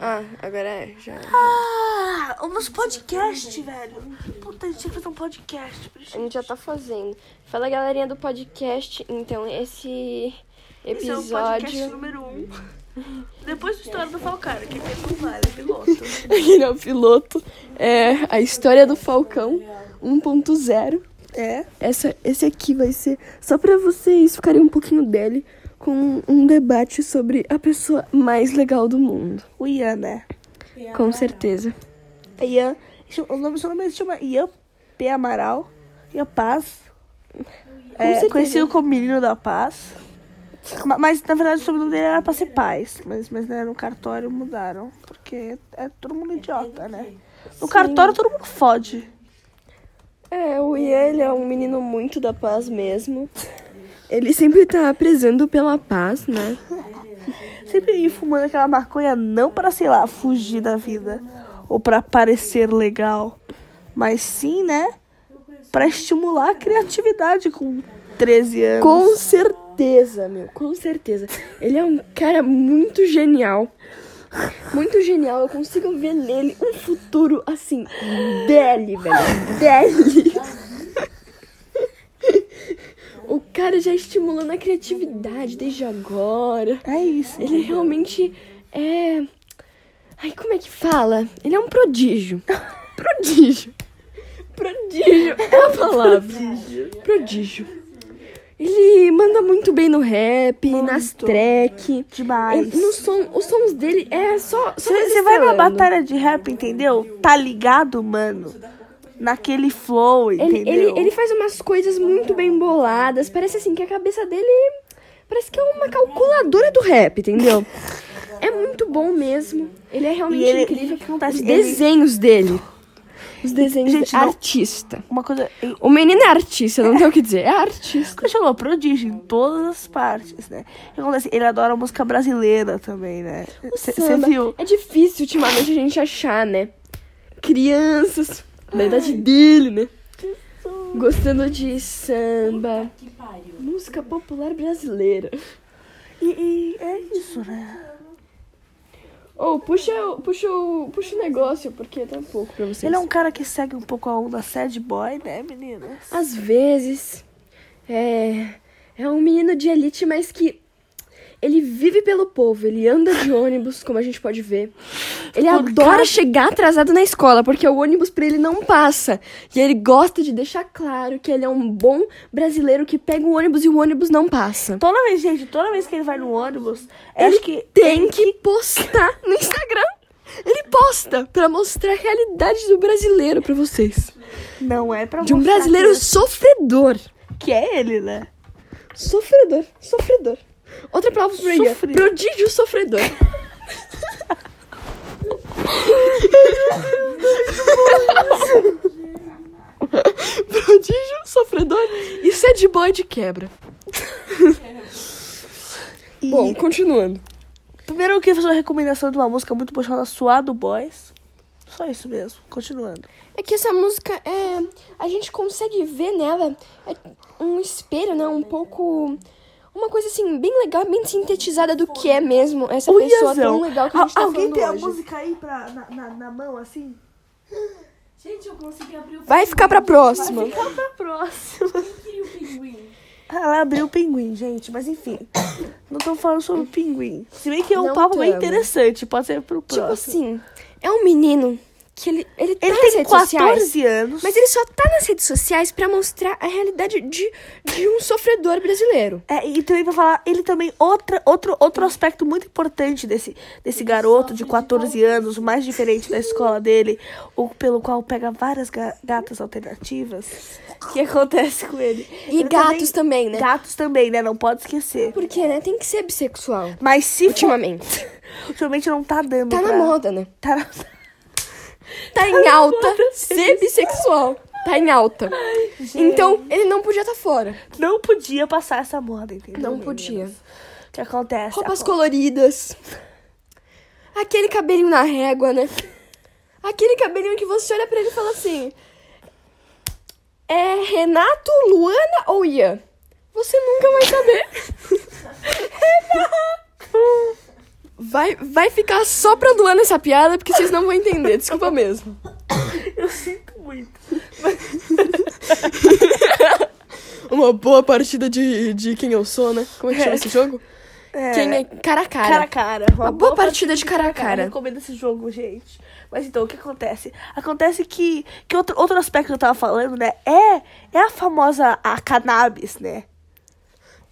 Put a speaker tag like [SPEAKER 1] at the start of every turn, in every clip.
[SPEAKER 1] Ah, agora é. Já.
[SPEAKER 2] Ah, umas podcast, velho. Puta, a gente tinha que fazer um podcast. pra
[SPEAKER 1] A gente já tá fazendo. Fala, galerinha do podcast. Então, esse
[SPEAKER 2] Esse é o podcast
[SPEAKER 1] episódio.
[SPEAKER 2] número um. Depois do história do Falcão, que é tem não vale, piloto.
[SPEAKER 1] Ele é o piloto. É a história do Falcão 1.0. É. Essa, esse aqui vai ser só pra vocês ficarem um pouquinho dele com um debate sobre a pessoa mais legal do mundo.
[SPEAKER 2] O Ian, né? É
[SPEAKER 1] Com certeza.
[SPEAKER 2] Ian. O nome do nome se chama Ian P. Amaral. Ian Paz. É,
[SPEAKER 1] certeza.
[SPEAKER 2] conhecido como Menino da Paz. Ma- Mas na verdade o sobrenome dele era pra ser Paz. Mas, mas né, no cartório mudaram. Porque é todo mundo idiota, né? No cartório todo mundo fode.
[SPEAKER 1] É, o Ian ele é um menino muito da paz mesmo. Ele sempre tá prezando pela paz, né?
[SPEAKER 2] Sempre ir fumando aquela maconha não para, sei lá, fugir da vida ou para parecer legal, mas sim, né, para estimular a criatividade com 13 anos.
[SPEAKER 1] Com certeza, meu, com certeza. Ele é um cara muito genial. Muito genial, eu consigo ver nele um futuro assim, dele, velho, dele. O cara já estimulando a criatividade desde agora.
[SPEAKER 2] É isso.
[SPEAKER 1] Ele realmente é. Ai, como é que fala? Ele é um prodígio. Prodígio. Prodígio é a palavra. Prodígio. Ele manda muito bem no rap, nas track.
[SPEAKER 2] Demais.
[SPEAKER 1] Ele- no som, os sons dele é só. só né?
[SPEAKER 2] Você
[SPEAKER 1] eles
[SPEAKER 2] vai na
[SPEAKER 1] estrelando.
[SPEAKER 2] batalha de rap, entendeu? Tá ligado, mano? Naquele flow,
[SPEAKER 1] Ele,
[SPEAKER 2] entendeu?
[SPEAKER 1] ele, ele faz umas coisas muito bem boladas. Parece assim que a cabeça dele. Parece que é uma calculadora do rap, entendeu? É muito bom mesmo. Ele é realmente
[SPEAKER 2] E ele-
[SPEAKER 1] incrível.
[SPEAKER 2] o que acontece?
[SPEAKER 1] Os
[SPEAKER 2] Ele-
[SPEAKER 1] desenhos dele. Os desenhos
[SPEAKER 2] Gente,
[SPEAKER 1] de
[SPEAKER 2] não-
[SPEAKER 1] artista.
[SPEAKER 2] Uma coisa. ele-
[SPEAKER 1] O menino é artista, não tem o que dizer. É artista.
[SPEAKER 2] Continua prodígio em todas as partes, né? O que acontece? Ele adora música brasileira também, né? Você
[SPEAKER 1] Samba.
[SPEAKER 2] viu?
[SPEAKER 1] É difícil ultimamente a gente achar, né? Crianças da idade dele, né? Gostando de samba. Música popular brasileira.
[SPEAKER 2] E, e é isso, né?
[SPEAKER 1] Ô, puxa, o- puxa, o- puxa o negócio, porque tá pouco pra vocês.
[SPEAKER 2] Ele é um cara que segue um pouco a onda sad boy, né, meninas?
[SPEAKER 1] Às vezes, é... É um menino de elite, mas que... Ele vive pelo povo, ele anda de ônibus, como a gente pode ver. Ele adora chegar atrasado na escola, porque o ônibus pra ele não passa. E ele gosta de deixar claro que ele é um bom brasileiro que pega o ônibus e o ônibus não passa.
[SPEAKER 2] Toda vez, gente, toda vez que ele vai no ônibus, eu
[SPEAKER 1] Ele
[SPEAKER 2] acho que
[SPEAKER 1] tem que postar no Instagram. Ele posta pra mostrar a realidade do brasileiro pra vocês.
[SPEAKER 2] não é pra
[SPEAKER 1] De um
[SPEAKER 2] mostrar
[SPEAKER 1] brasileiro sofredor.
[SPEAKER 2] que- que é ele, né?
[SPEAKER 1] Sofredor, sofredor. Outra palavra pro Ian.
[SPEAKER 2] Sofre.
[SPEAKER 1] Prodígio sofredor. Prodígio, sofredor e sad boy de quebra. Bom, continuando.
[SPEAKER 2] Primeiro eu queria fazer uma recomendação de uma música muito boa chamada Suado Boys. Só isso mesmo, continuando.
[SPEAKER 1] É que essa música é. A gente consegue ver nela é um espelho, né? Um pouco. Uma coisa assim, bem legal, bem sintetizada do que é mesmo essa pessoa tão legal que a gente tá
[SPEAKER 2] Alguém
[SPEAKER 1] falando
[SPEAKER 2] tem
[SPEAKER 1] hoje.
[SPEAKER 2] a música aí pra, na, na, na mão, assim?
[SPEAKER 3] Gente, eu consegui abrir o
[SPEAKER 1] Vai ficar Tá pra próxima. Tipo
[SPEAKER 2] Fica pra próxima.
[SPEAKER 3] queria o pinguim.
[SPEAKER 2] Ah, Ela abriu o pinguim, gente, mas enfim. Não tô falando sobre o pinguim. Se bem que é um
[SPEAKER 1] Não
[SPEAKER 2] papo bem
[SPEAKER 1] tamo.
[SPEAKER 2] interessante, pode ser pro
[SPEAKER 1] Tipo
[SPEAKER 2] próximo.
[SPEAKER 1] assim, é um menino que ele, ele, tá
[SPEAKER 2] ele
[SPEAKER 1] nas
[SPEAKER 2] tem
[SPEAKER 1] redes
[SPEAKER 2] 14
[SPEAKER 1] sociais.
[SPEAKER 2] anos.
[SPEAKER 1] Mas ele só tá nas redes sociais pra mostrar a realidade de, de um sofredor brasileiro.
[SPEAKER 2] É, e também pra falar, ele também, outra, outro, outro aspecto muito importante desse, desse garoto de 14 anos, o mais diferente da escola dele, o pelo qual pega várias ga- gatas alternativas, o que acontece com ele.
[SPEAKER 1] E
[SPEAKER 2] Ele
[SPEAKER 1] gatos também, né?
[SPEAKER 2] Gatos também, né? Não pode esquecer.
[SPEAKER 1] Porque, né, tem que ser bissexual.
[SPEAKER 2] Mas se for,
[SPEAKER 1] Ultimamente.
[SPEAKER 2] ultimamente não tá dando
[SPEAKER 1] Tá na
[SPEAKER 2] pra-
[SPEAKER 1] moda, né?
[SPEAKER 2] Tá na...
[SPEAKER 1] Tá em alta ser bissexual. Tá em alta. Então, ele não podia estar tá fora.
[SPEAKER 2] Não podia passar essa moda, entendeu?
[SPEAKER 1] Não
[SPEAKER 2] meninas?
[SPEAKER 1] podia.
[SPEAKER 2] O que acontece?
[SPEAKER 1] Roupas coloridas. Aquele cabelinho na régua, né? Aquele cabelinho que você olha pra ele e fala assim: É Renato, Luana ou Ian? Você nunca vai saber. Vai, vai ficar só pra Luana essa piada, porque vocês não vão entender. Desculpa mesmo.
[SPEAKER 2] Eu sinto muito.
[SPEAKER 1] Uma boa partida de, de quem eu sou, né? Como é que chama esse jogo?
[SPEAKER 2] É,
[SPEAKER 1] Quem é cara a cara.
[SPEAKER 2] Cara a cara.
[SPEAKER 1] Uma boa partida de cara a cara.
[SPEAKER 2] Eu recomendo esse jogo, gente. Mas então, o que acontece? Acontece que, que outro, outro aspecto que eu tava falando, né? É, é a famosa a cannabis, né?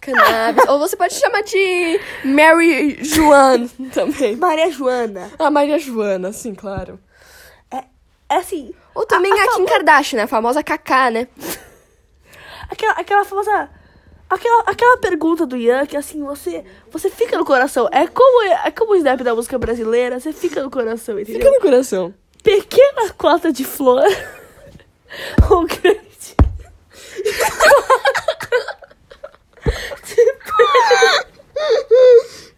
[SPEAKER 1] Cannabis. Ou você pode chamar de Mary Joan também.
[SPEAKER 2] Maria Joana.
[SPEAKER 1] A Maria Joana, sim, claro.
[SPEAKER 2] É, é assim.
[SPEAKER 1] Ou também
[SPEAKER 2] a
[SPEAKER 1] a, Kim
[SPEAKER 2] famo-
[SPEAKER 1] Kardashian, né? A famosa Kaká, né?
[SPEAKER 2] Aquela, aquela famosa. Aquela, aquela pergunta do Ian que assim, você, você fica no coração. É como, é como o snap da música brasileira, você fica no coração, entendeu?
[SPEAKER 1] Fica no coração.
[SPEAKER 2] pequena cota de flor ou grande Tipo,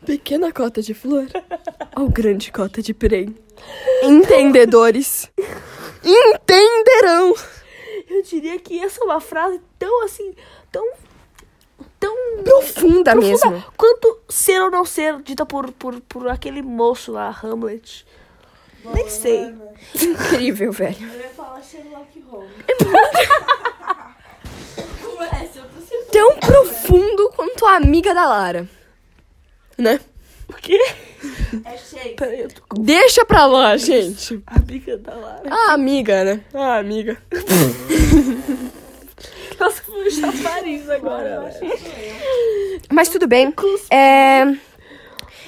[SPEAKER 1] Pequena cota de flor ou grande cota de prem. Entendedores entenderão.
[SPEAKER 2] eu diria que essa é uma frase tão assim tão tão
[SPEAKER 1] Profunda, É mesmo.
[SPEAKER 2] quanto ser ou não ser dita por por, por aquele moço lá Hamlet nem sei
[SPEAKER 1] Incrível, velho.
[SPEAKER 3] Eu ia falar Sherlock Holmes.
[SPEAKER 1] É
[SPEAKER 3] Como é essa? Eu tô sem
[SPEAKER 1] Tão profundo quanto a amiga da Lara. Né?
[SPEAKER 2] o quê
[SPEAKER 3] É Shakespeare.
[SPEAKER 2] Peraí, eu tô com
[SPEAKER 1] Deixa pra lá, gente.
[SPEAKER 2] a amiga da Lara
[SPEAKER 1] A amiga, né? A amiga.
[SPEAKER 2] nossa foi um chafariz agora
[SPEAKER 3] Eu
[SPEAKER 2] né?
[SPEAKER 3] acho que sou eu.
[SPEAKER 1] Mas tudo bem. É,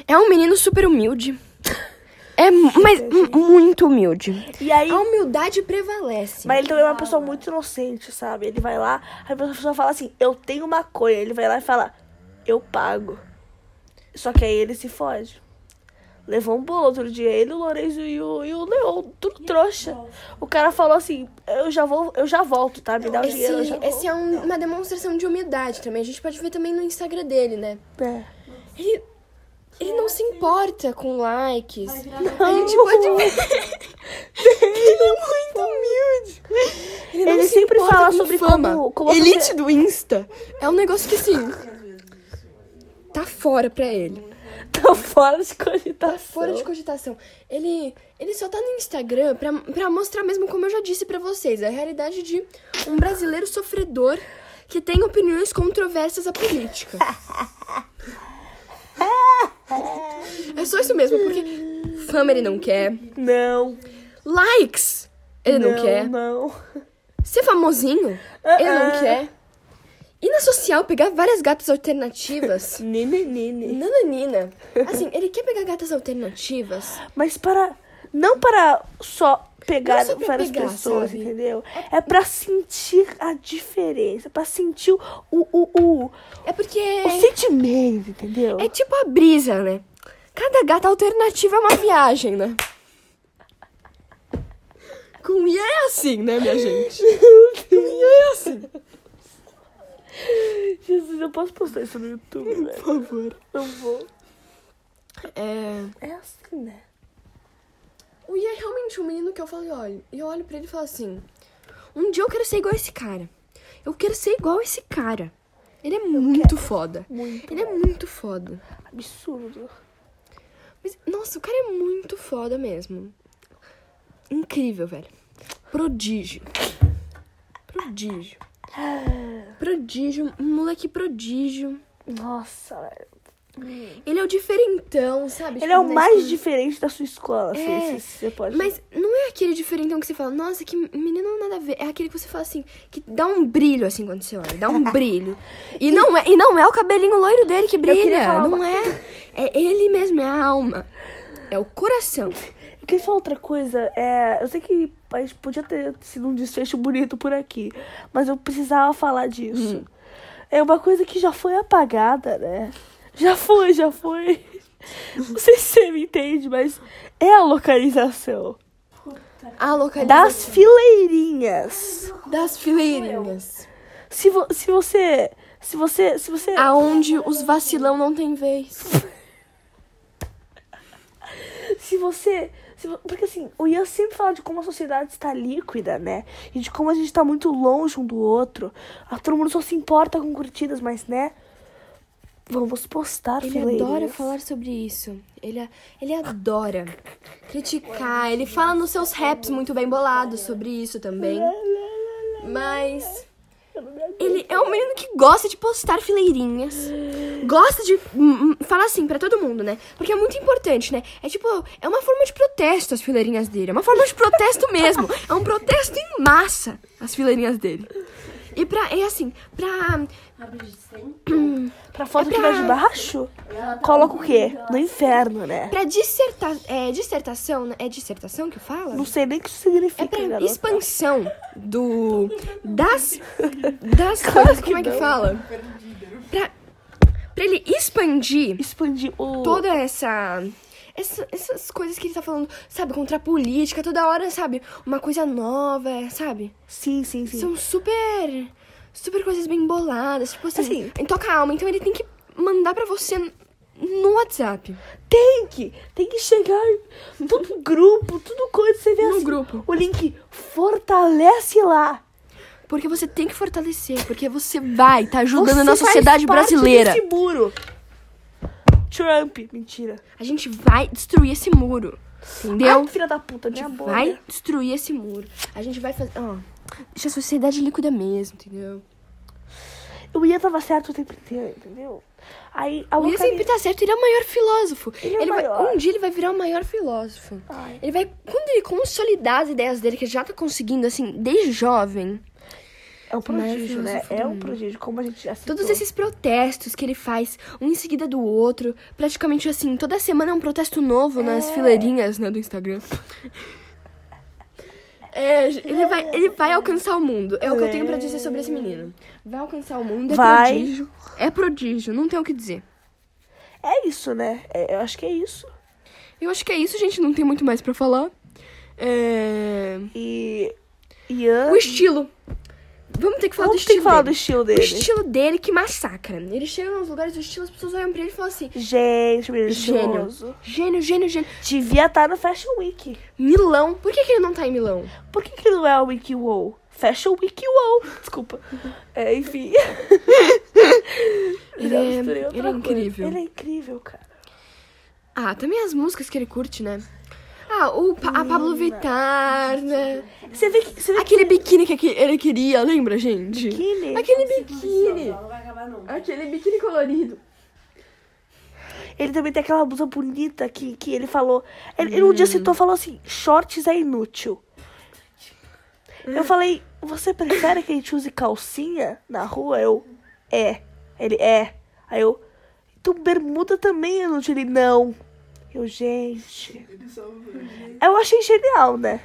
[SPEAKER 1] é um menino super humilde. É, mu- mas mu- muito humilde.
[SPEAKER 2] e aí
[SPEAKER 1] A humildade prevalece.
[SPEAKER 2] Mas ele também é uma pessoa muito inocente, sabe? Ele vai lá, aí a pessoa fala assim, eu tenho maconha. Ele vai lá e fala, eu pago. Só que aí ele se fode. Levou um bolo outro dia, ele, o Lourenço e o, e o Leon, tudo trouxa. O cara falou assim, eu já vou, eu já volto, tá? Me dá o dinheiro, eu já
[SPEAKER 1] Esse,
[SPEAKER 2] volto.
[SPEAKER 1] esse é um- uma demonstração de humildade também. A gente pode ver também no Instagram dele, né?
[SPEAKER 2] É.
[SPEAKER 1] Ele, ele não se importa com likes.
[SPEAKER 3] Vai virar
[SPEAKER 1] A gente pode ver. ele é muito humilde. Ele, não
[SPEAKER 2] Ele
[SPEAKER 1] se
[SPEAKER 2] sempre
[SPEAKER 1] importa
[SPEAKER 2] fala
[SPEAKER 1] com
[SPEAKER 2] sobre
[SPEAKER 1] fama.
[SPEAKER 2] como- como a
[SPEAKER 1] Elite
[SPEAKER 2] socie-
[SPEAKER 1] do Insta. É um negócio que, assim, tá fora pra ele.
[SPEAKER 2] Tô Tá fora de cogitação.
[SPEAKER 1] Tá fora de cogitação. Ele, ele só tá no Instagram pra, pra mostrar mesmo, como eu já disse pra vocês, a realidade de um brasileiro sofredor que tem opiniões controversas à política. É só isso mesmo, porque fama ele não quer,
[SPEAKER 2] Não,
[SPEAKER 1] likes ele não, quer,
[SPEAKER 2] não.
[SPEAKER 1] ser famosinho ele não quer. E na social pegar várias gatas alternativas.
[SPEAKER 2] Nini, nini.
[SPEAKER 1] Nananina. Assim, ele quer pegar gatas alternativas.
[SPEAKER 2] Mas para. Não para só pegar
[SPEAKER 1] Não é só pra
[SPEAKER 2] várias
[SPEAKER 1] pegar,
[SPEAKER 2] pessoas,
[SPEAKER 1] sabe?
[SPEAKER 2] entendeu? É pra sentir a diferença, pra sentir o, o, o, o
[SPEAKER 1] É porque.
[SPEAKER 2] sentimento, entendeu?
[SPEAKER 1] É tipo a brisa, né? Cada gata alternativa é uma viagem, né? Com Ian é assim, né, minha gente? Com Ian é assim.
[SPEAKER 2] Jesus, eu posso postar isso no YouTube, velho?
[SPEAKER 1] Por favor.
[SPEAKER 2] Não vou.
[SPEAKER 1] É...
[SPEAKER 2] É assim, né?
[SPEAKER 1] O Ian é realmente um menino que eu falei, olha, e eu olho pra ele e falo assim: um dia eu quero ser igual a esse cara. Eu quero ser igual a esse cara. Ele é muito foda.
[SPEAKER 2] Muito.
[SPEAKER 1] Ele é muito foda.
[SPEAKER 2] Absurdo.
[SPEAKER 1] Mas, nossa, o cara é muito foda mesmo. Incrível, velho. Prodígio. Prodígio.
[SPEAKER 2] Ah,
[SPEAKER 1] Prodígio, um moleque prodígio.
[SPEAKER 2] Nossa, velho.
[SPEAKER 1] Ele é o diferentão, sabe?
[SPEAKER 2] Ele
[SPEAKER 1] Tipo,
[SPEAKER 2] é o
[SPEAKER 1] na
[SPEAKER 2] mais
[SPEAKER 1] escola.
[SPEAKER 2] diferente da sua escola, assim,
[SPEAKER 1] É,
[SPEAKER 2] se- se você pode.
[SPEAKER 1] Mas não é aquele diferentão que você fala, nossa, que menino nada a ver. É aquele que você fala assim, que dá um brilho assim quando você olha, dá um brilho. E, não, é, e não é o cabelinho loiro dele que
[SPEAKER 2] queria
[SPEAKER 1] brilha,
[SPEAKER 2] falar
[SPEAKER 1] não
[SPEAKER 2] uma-
[SPEAKER 1] é. É ele mesmo, é a alma. É o coração.
[SPEAKER 2] Eu queria falar outra coisa. É, eu sei que a gente podia ter sido um desfecho bonito por aqui, mas eu precisava falar disso. É uma coisa que já foi apagada, né? Já foi, já foi. Não sei se você me entende, mas é a localização
[SPEAKER 1] A localização
[SPEAKER 2] das fileirinhas.
[SPEAKER 1] das fileirinhas.
[SPEAKER 2] Se, vo- se você. Se você. Se você.
[SPEAKER 1] Aonde os vacilão não tem vez.
[SPEAKER 2] Se você. se vo- porque assim, o Ian sempre fala de como a sociedade está líquida, né? E de como a gente está muito longe um do outro. Ah, todo mundo só se importa com curtidas, mas né? Vamos postar,
[SPEAKER 1] Ele
[SPEAKER 2] fileirinhas.
[SPEAKER 1] adora falar sobre isso. Ele, a- ele adora criticar. Ele fala nos seus raps muito bem bolados sobre isso também. Mas. Ele é um menino que gosta de postar fileirinhas. Gosta de hum, hum, falar assim pra todo mundo, né? Porque é muito importante, né? É tipo, é uma forma de protesto as fileirinhas dele. É uma forma de protesto mesmo. É um protesto em massa as fileirinhas dele. E pra, é assim, pra
[SPEAKER 3] Abre de 100.
[SPEAKER 2] Pra foto que vai de baixo, coloca o quê? No inferno, né?
[SPEAKER 1] Pra disserta é, dissertação, né? é dissertação que fala?
[SPEAKER 2] Não sei nem o que isso
[SPEAKER 1] É
[SPEAKER 2] significa,
[SPEAKER 1] pra
[SPEAKER 2] galera.
[SPEAKER 1] expansão do das das coisas, como é que fala? Pra, pra ele expandir
[SPEAKER 2] Expandir o...
[SPEAKER 1] toda essa, essa- essas coisas que ele tá falando, sabe, contra a política, toda hora, sabe, uma coisa nova, sabe?
[SPEAKER 2] Sim, sim, sim.
[SPEAKER 1] São super super coisas bem boladas, tipo assim,
[SPEAKER 2] Assim.
[SPEAKER 1] ele toca a alma, então ele tem que mandar pra você no WhatsApp.
[SPEAKER 2] Tem que, tem que chegar tudo grupo, tudo coisa, você vê
[SPEAKER 1] No
[SPEAKER 2] assim,
[SPEAKER 1] grupo.
[SPEAKER 2] o link fortalece lá.
[SPEAKER 1] Porque você tem que fortalecer, porque você vai tá ajudando
[SPEAKER 2] Você
[SPEAKER 1] na
[SPEAKER 2] faz
[SPEAKER 1] sociedade
[SPEAKER 2] parte
[SPEAKER 1] brasileira.
[SPEAKER 2] Desse muro. Trump, mentira.
[SPEAKER 1] A gente vai destruir esse muro. Entendeu?
[SPEAKER 2] Ai, filha da puta,
[SPEAKER 1] a
[SPEAKER 2] minha
[SPEAKER 1] gente
[SPEAKER 2] bolha.
[SPEAKER 1] vai destruir esse muro. A gente vai fazer. Ó, deixa a sociedade líquida mesmo, entendeu?
[SPEAKER 2] O Ian tava certo o tempo inteiro, entendeu? Aí a
[SPEAKER 1] O Ian
[SPEAKER 2] Lucaria...
[SPEAKER 1] sempre tá certo, ele é o maior filósofo.
[SPEAKER 2] Ele é o
[SPEAKER 1] vai-
[SPEAKER 2] maior.
[SPEAKER 1] um dia ele vai virar o maior filósofo.
[SPEAKER 2] Ai.
[SPEAKER 1] Ele vai. Quando ele consolidar as ideias dele, que ele já tá conseguindo, assim, desde jovem,
[SPEAKER 2] É um prodígio, né?
[SPEAKER 1] filósofo do
[SPEAKER 2] É um
[SPEAKER 1] mundo.
[SPEAKER 2] prodígio, como a gente já citou.
[SPEAKER 1] Todos esses protestos que ele faz, um em seguida do outro, praticamente assim, toda semana é um protesto novo nas
[SPEAKER 2] É.
[SPEAKER 1] fileirinhas né, do Instagram. É, ele vai, ele vai alcançar o mundo. É o que eu tenho pra dizer sobre esse menino. Vai alcançar o mundo, é
[SPEAKER 2] Vai.
[SPEAKER 1] prodígio. É prodígio, não tem o que dizer.
[SPEAKER 2] É isso, né? É, eu acho que é isso.
[SPEAKER 1] Eu acho que é isso, gente, não tem muito mais pra falar. É...
[SPEAKER 2] E... Ian...
[SPEAKER 1] O estilo. Vamos ter que falar do
[SPEAKER 2] Vamos ter
[SPEAKER 1] estilo.
[SPEAKER 2] que falar do
[SPEAKER 1] dele.
[SPEAKER 2] estilo
[SPEAKER 1] O
[SPEAKER 2] dele.
[SPEAKER 1] estilo dele que massacra. Ele chega nos lugares do estilo, as pessoas olham pra ele e falam assim:
[SPEAKER 2] Gente, menino
[SPEAKER 1] Gênio.
[SPEAKER 2] estiloso.
[SPEAKER 1] gênio, gênio, gênio.
[SPEAKER 2] Devia estar no Fashion Week.
[SPEAKER 1] Milão. Por que, que ele não tá em Milão?
[SPEAKER 2] Por que, que não é o Wiki Wow? Fashion Wiki Wow. Desculpa. É, enfim.
[SPEAKER 1] Ele
[SPEAKER 2] Já
[SPEAKER 1] é-
[SPEAKER 2] misturei outra
[SPEAKER 1] ele é
[SPEAKER 2] coisa.
[SPEAKER 1] incrível.
[SPEAKER 2] Ele é incrível, cara.
[SPEAKER 1] Ah, também as músicas que ele curte, né? Ah, o Pa- a Pablo Vittar, né?
[SPEAKER 2] Você vê que. Você vê
[SPEAKER 1] Aquele biquíni que que ele queria, lembra, gente?
[SPEAKER 2] Biquíni?
[SPEAKER 1] Aquele
[SPEAKER 3] Biquíni.
[SPEAKER 1] biquíni. Ah.
[SPEAKER 3] Não vai acabar nunca.
[SPEAKER 1] Aquele biquíni colorido.
[SPEAKER 2] que ele também tem aquela blusa bonita que, que ele falou. Ele, ele um
[SPEAKER 1] Hum.
[SPEAKER 2] dia citou falou assim: shorts é inútil.
[SPEAKER 1] Hum.
[SPEAKER 2] Eu falei, você prefere que a gente use calcinha na rua? Eu, é. Ele, é. Aí eu, então bermuda também é inútil. Ele, não. Eu, gente. Eu achei genial, né?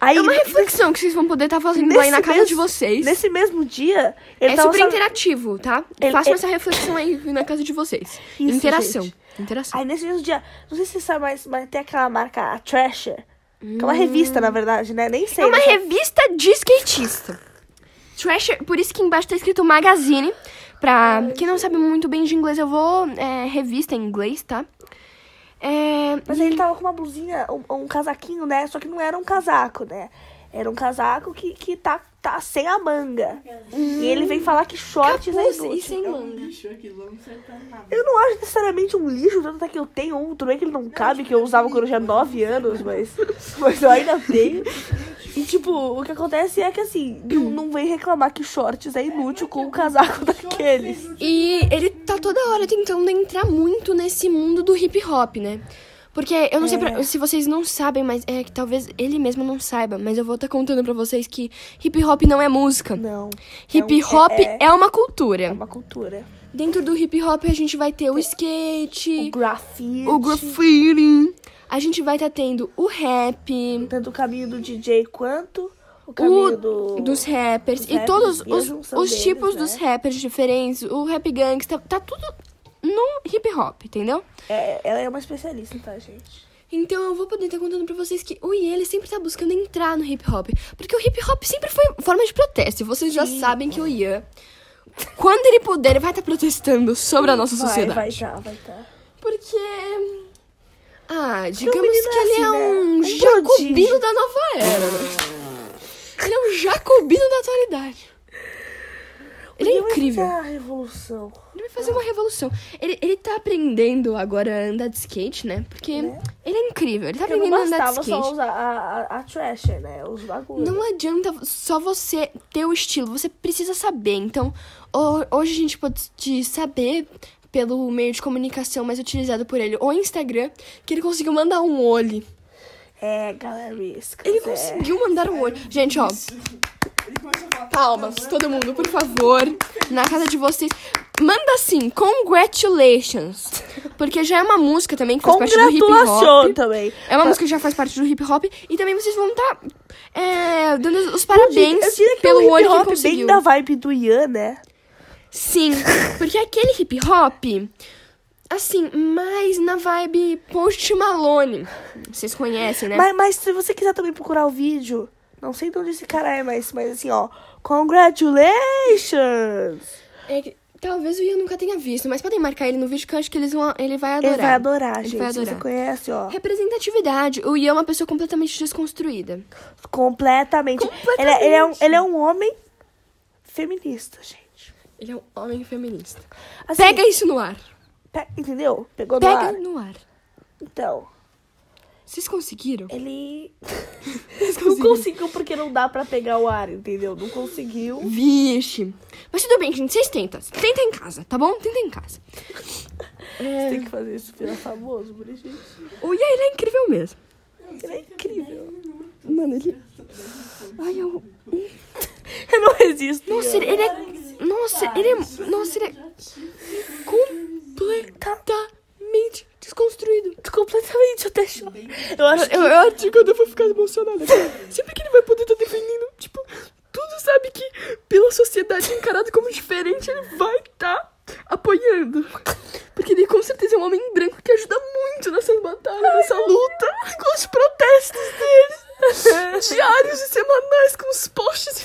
[SPEAKER 2] Aí,
[SPEAKER 1] É uma reflexão que vocês vão poder estar fazendo aí na
[SPEAKER 2] Nesse
[SPEAKER 1] casa
[SPEAKER 2] mes-
[SPEAKER 1] de vocês.
[SPEAKER 2] Nesse mesmo dia, ele
[SPEAKER 1] É
[SPEAKER 2] tava
[SPEAKER 1] super
[SPEAKER 2] sal-
[SPEAKER 1] interativo, tá?
[SPEAKER 2] Ele-
[SPEAKER 1] Façam
[SPEAKER 2] ele-
[SPEAKER 1] essa reflexão aí na casa de vocês.
[SPEAKER 2] Isso,
[SPEAKER 1] Interação.
[SPEAKER 2] gente.
[SPEAKER 1] Interação.
[SPEAKER 2] Aí nesse mesmo dia, não sei se você sabe, mas, mas tem aquela marca, a Thrasher. Que é uma revista, na verdade, né? Nem sei.
[SPEAKER 1] Hum. É uma
[SPEAKER 2] né?
[SPEAKER 1] revista de skatista. Thrasher, por isso que embaixo tá escrito Magazine. Pra quem não sabe muito bem de inglês, eu vou. É, revista em inglês, tá? É,
[SPEAKER 2] Mas aí ele tava com uma blusinha, um, um casaquinho, né? Só que não era um casaco, né? Era um casaco que, que tá, tá sem a manga. E ele vem falar que shorts
[SPEAKER 1] capuz
[SPEAKER 2] é
[SPEAKER 1] e
[SPEAKER 2] inútil.
[SPEAKER 1] sem
[SPEAKER 3] É um
[SPEAKER 1] manga.
[SPEAKER 3] lixo aquilo, não serve pra nada.
[SPEAKER 2] Eu não acho necessariamente um lixo, tanto até que eu tenho um, tudo bem que ele não cabe, que eu
[SPEAKER 1] é
[SPEAKER 2] usava quando eu tinha 9 anos, mas, mas eu ainda tenho. E tipo, o que acontece é que assim, não, não vem reclamar que shorts é inútil com o casaco
[SPEAKER 1] é
[SPEAKER 2] daqueles.
[SPEAKER 1] E ele tá toda hora tentando entrar muito nesse mundo do hip hop, né? Porque eu não sei pra- se vocês não sabem, mas é que talvez ele mesmo não saiba, mas eu vou estar contando pra vocês que hip hop não é música.
[SPEAKER 2] Não.
[SPEAKER 1] Hip
[SPEAKER 2] É um-
[SPEAKER 1] hop
[SPEAKER 2] é,
[SPEAKER 1] é, uma cultura.
[SPEAKER 2] é uma cultura.
[SPEAKER 1] Dentro do hip hop a gente vai ter o skate,
[SPEAKER 2] O grafite.
[SPEAKER 1] o graffiti. A gente vai estar tendo o rap,
[SPEAKER 2] Tanto o caminho do DJ quanto o caminho
[SPEAKER 1] o
[SPEAKER 2] do.
[SPEAKER 1] dos rappers
[SPEAKER 2] dos
[SPEAKER 1] e
[SPEAKER 2] rappers,
[SPEAKER 1] todos
[SPEAKER 2] e a
[SPEAKER 1] os,
[SPEAKER 2] junção
[SPEAKER 1] os
[SPEAKER 2] deles,
[SPEAKER 1] tipos
[SPEAKER 2] né?
[SPEAKER 1] dos rappers diferentes, o rap gangsta, tá tudo no hip hop, entendeu?
[SPEAKER 2] É, ela é uma especialista, tá, gente?
[SPEAKER 1] Então eu vou poder estar contando pra vocês que o Iê, ele sempre tá buscando entrar no hip hop. Porque o hip hop sempre foi forma de protesto. E vocês já sabem que o Ian, quando ele puder, ele vai estar protestando sobre a nossa sociedade.
[SPEAKER 2] Vai, vai tá, vai tá.
[SPEAKER 1] Porque. Ah,
[SPEAKER 2] o
[SPEAKER 1] digamos
[SPEAKER 2] menino
[SPEAKER 1] que
[SPEAKER 2] é
[SPEAKER 1] ele
[SPEAKER 2] assim,
[SPEAKER 1] é
[SPEAKER 2] né?
[SPEAKER 1] um,
[SPEAKER 2] Um
[SPEAKER 1] jacobino
[SPEAKER 2] prodígio.
[SPEAKER 1] da nova era. né? Ele é um jacobino da atualidade. Ele é
[SPEAKER 2] Ninguém vai
[SPEAKER 1] incrível.
[SPEAKER 2] fazer a revolução.
[SPEAKER 1] Ele vai fazer uma revolução. Ele, ele tá aprendendo agora a andar de skate, né? Porque ele é incrível. Ele tá
[SPEAKER 2] Eu não
[SPEAKER 1] aprendendo a andar de
[SPEAKER 2] bastava
[SPEAKER 1] skate.
[SPEAKER 2] só usar a, a, a trasher, né? Os bagulhos.
[SPEAKER 1] Não adianta só você ter o estilo, você precisa saber. Então, ho- hoje a gente pode te saber pelo meio de comunicação mais utilizado por ele, o Instagram, que ele conseguiu mandar um olho.
[SPEAKER 2] É, galera, é. isso.
[SPEAKER 1] Ele conseguiu mandar um olho. Gente, ó,
[SPEAKER 3] Ele começou a falar.
[SPEAKER 1] palmas, todo mundo, por favor, na casa de vocês. Manda assim, congratulations. Porque já é uma música também que faz parte do hip
[SPEAKER 2] Congratulação
[SPEAKER 1] hop.
[SPEAKER 2] também.
[SPEAKER 1] É uma música que já faz parte do hip hop. E também vocês vão estar dando os parabéns
[SPEAKER 2] Eu diria que
[SPEAKER 1] pelo
[SPEAKER 2] é um
[SPEAKER 1] olho que ele
[SPEAKER 2] hip-hop bem
[SPEAKER 1] conseguiu.
[SPEAKER 2] da vibe do Ian, né?
[SPEAKER 1] Sim, porque aquele hip hop, assim, mais na vibe Post Malone. Vocês conhecem, né?
[SPEAKER 2] Mas, mas se você quiser também procurar o vídeo, não sei de onde esse cara é, mas, mas assim, ó. Congratulations!
[SPEAKER 1] É que talvez o Ian nunca tenha visto, mas podem marcar ele no vídeo que eu acho que eles vão, ele vai adorar.
[SPEAKER 2] Ele vai adorar,
[SPEAKER 1] Ele
[SPEAKER 2] gente.
[SPEAKER 1] vai
[SPEAKER 2] Se
[SPEAKER 1] adorar.
[SPEAKER 2] você conhece, ó.
[SPEAKER 1] Representatividade. O Ian é uma pessoa completamente desconstruída.
[SPEAKER 2] Completamente.
[SPEAKER 1] Completamente.
[SPEAKER 2] Ele, é- ele é um, ele é um homem feminista, gente.
[SPEAKER 1] Ele é um homem feminista.
[SPEAKER 2] Assim,
[SPEAKER 1] Pega isso no ar.
[SPEAKER 2] pe- entendeu? Pegou no
[SPEAKER 1] Pega
[SPEAKER 2] ar.
[SPEAKER 1] no ar.
[SPEAKER 2] Então,
[SPEAKER 1] Vocês conseguiram?
[SPEAKER 2] ele não
[SPEAKER 1] conseguiram.
[SPEAKER 2] conseguiu porque não dá pra pegar o ar, entendeu? Não conseguiu.
[SPEAKER 1] Vixe. Mas tudo bem, gente. Vocês tentam. Tenta em casa, tá bom? Tenta em casa. É.
[SPEAKER 2] Você tem que fazer isso virar famoso, bonitinho.
[SPEAKER 1] O Ian, ele é incrível mesmo.
[SPEAKER 2] Ele é incrível.
[SPEAKER 1] Mano, ele. Ai, eu.
[SPEAKER 2] Eu não resisto.
[SPEAKER 1] Nossa, ele ele é. Nossa, ele é. Nossa, ele é. Completamente desconstruído.
[SPEAKER 2] Completamente, eu até choro. Eu acho que...
[SPEAKER 1] Eu, eu acho que eu devo ficar emocionada. Sempre que ele vai poder estar defendendo, tipo, tudo sabe que pela sociedade encarado como diferente, ele vai estar apoiando. Porque ele com certeza é um homem branco que ajuda muito nessas batalhas, nessa luta, com os protestos dele. Diários e semanais com os posts e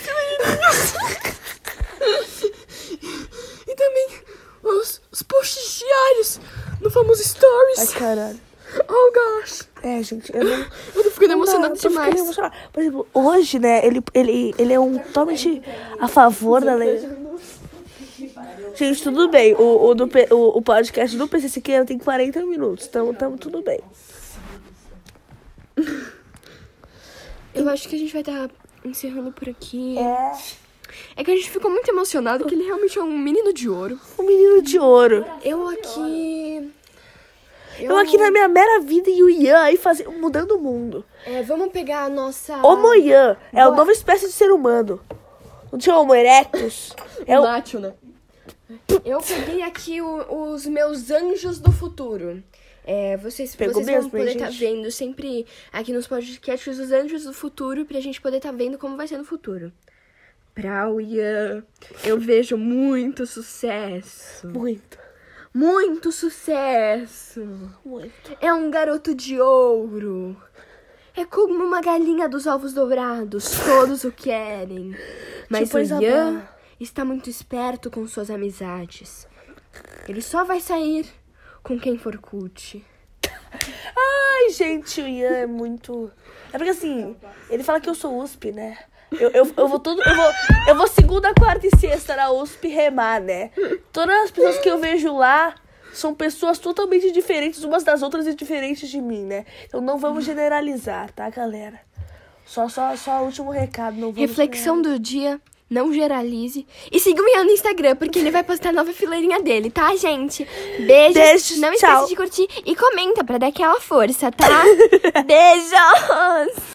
[SPEAKER 1] fileirinhas. e também os, os posts diários no famoso
[SPEAKER 2] Ai,
[SPEAKER 1] Stories.
[SPEAKER 2] caralho.
[SPEAKER 1] Oh gosh.
[SPEAKER 2] É, gente, eu não...
[SPEAKER 1] Eu tô ficando
[SPEAKER 2] Não dá,
[SPEAKER 1] emocionada
[SPEAKER 2] eu tô ficando
[SPEAKER 1] demais.
[SPEAKER 2] emocionada. Por exemplo, hoje, né, ele, ele, ele é um totalmente a favor da lei. Gente, tudo bem. O, o, do P- o, o podcast do PC Siqueira tem 40 minutos, então tamo tudo bem.
[SPEAKER 1] Eu acho que a gente vai estar encerrando por aqui.
[SPEAKER 2] É.
[SPEAKER 1] É que a gente ficou muito emocionado, que ele realmente é um menino de ouro.
[SPEAKER 2] O Um menino de ouro.
[SPEAKER 1] Eu aqui.
[SPEAKER 2] Eu aqui na minha mera vida e o Ian aí fazendo, mudando o mundo.
[SPEAKER 1] É, vamos pegar a nossa.
[SPEAKER 2] Homo Ian é
[SPEAKER 1] Boa.
[SPEAKER 2] a nova espécie de ser humano. Não tinha Homo erectus? É o...
[SPEAKER 1] Látil, né? Eu peguei aqui o- os meus anjos do futuro. É, vocês,
[SPEAKER 2] Pegou
[SPEAKER 1] vocês vão
[SPEAKER 2] mesmo,
[SPEAKER 1] poder
[SPEAKER 2] hein,
[SPEAKER 1] estar
[SPEAKER 2] gente?
[SPEAKER 1] vendo sempre aqui nos podcasts os anjos do futuro pra gente poder estar vendo como vai ser no futuro. Pra o Ian, eu vejo muito sucesso.
[SPEAKER 2] Muito,
[SPEAKER 1] Muito sucesso!
[SPEAKER 2] muito.
[SPEAKER 1] É um garoto de ouro! É como uma galinha dos ovos dourados, todos o querem. Mas
[SPEAKER 2] Tipo
[SPEAKER 1] o
[SPEAKER 2] Isabela.
[SPEAKER 1] Ian está muito esperto com suas amizades. Ele só vai sair com quem for cult.
[SPEAKER 2] Ai, gente, o Ian é muito. É porque assim, ele fala que eu sou USP, né? Eu, eu, eu vou todo. Eu vou, eu vou segunda, quarta e sexta na USP remar, né? Todas as pessoas que eu vejo lá são pessoas totalmente diferentes umas das outras e diferentes de mim, né? Então não vamos generalizar, tá, galera? Só, só, só o último recado, não vamos.
[SPEAKER 1] Reflexão do dia, não geralize. E siga o Ian no Instagram, porque ele vai postar a nova fileirinha dele, tá, gente? Beijos.
[SPEAKER 2] Beijos,
[SPEAKER 1] não
[SPEAKER 2] tchau.
[SPEAKER 1] esqueça de curtir e comenta pra dar aquela força, tá? Beijo!